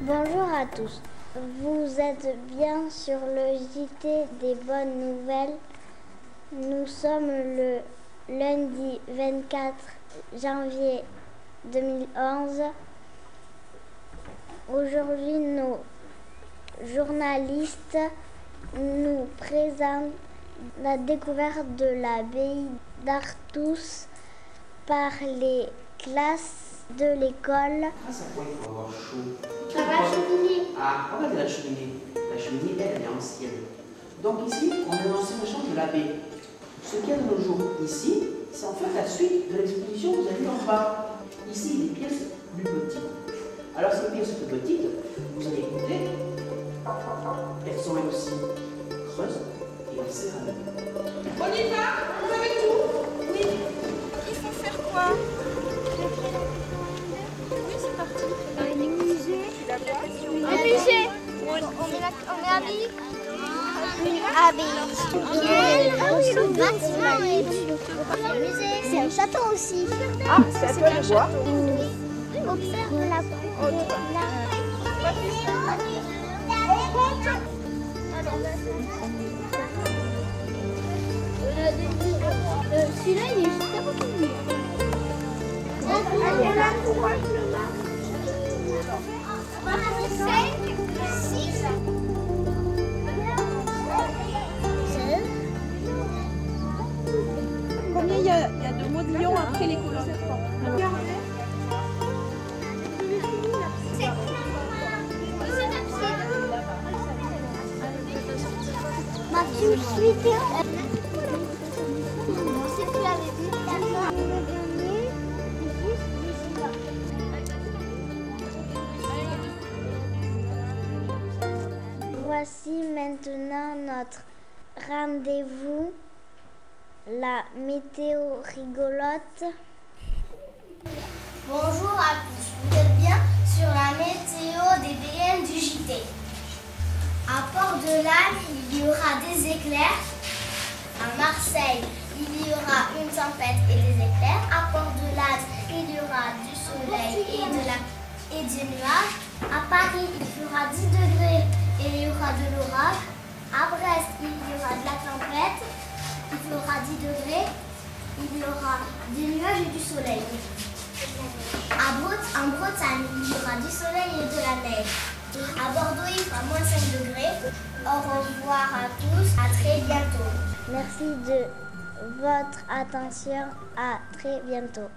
Bonjour à tous. Vous êtes bien sur le JT des bonnes nouvelles. Nous sommes le lundi 24 janvier 2011. Aujourd'hui, nos journalistes nous présentent la découverte de l'abbaye d'Artus par les classes de l'école. Ah, ça pourrait faut avoir chaud. Ça va, cheminée Ah, regardez la cheminée. La cheminée, elle, elle est ancienne. Donc ici, on est dans l'ancien échange de l'abbé. Ce qu'il y a de nos jours ici, c'est en fait la suite de l'exposition que vous avez vue en bas. Ici, les pièces plus petites. Alors ces pièces plus petites, vous allez écouter, elles sont elles aussi creuses et en céramique. On y va Vous avez tout Oui. Il faut faire quoi Oui, c'est parti. Tu la vois Obligé On est là. On est habillé C'est un château aussi. Ah, c'est à toi de voir. Observe la Autre. Celui-là, il est super connu. Combien il y, a, il y a de mots de lion après les colonnes Regardez. Mathieu, suis Voici maintenant notre rendez-vous, la météo rigolote. Bonjour à tous, vous êtes bien sur la météo des BN du JT. À Port de l'Âne, il y aura des éclairs. À Marseille, il y aura une tempête et des éclairs. À Port de l'Âne, il y aura du soleil et, de la... et des nuages. À Paris, il fera 10 degrés et il y aura de l'orage. À Brest, il y aura de la tempête. Il fera 10 degrés. Il y aura des nuages et du soleil. À Bretagne, en Bretagne, il y aura du soleil et de la neige. À Bordeaux, il fera moins 5 degrés. Au revoir à tous, à très bientôt. Merci de votre attention. À très bientôt.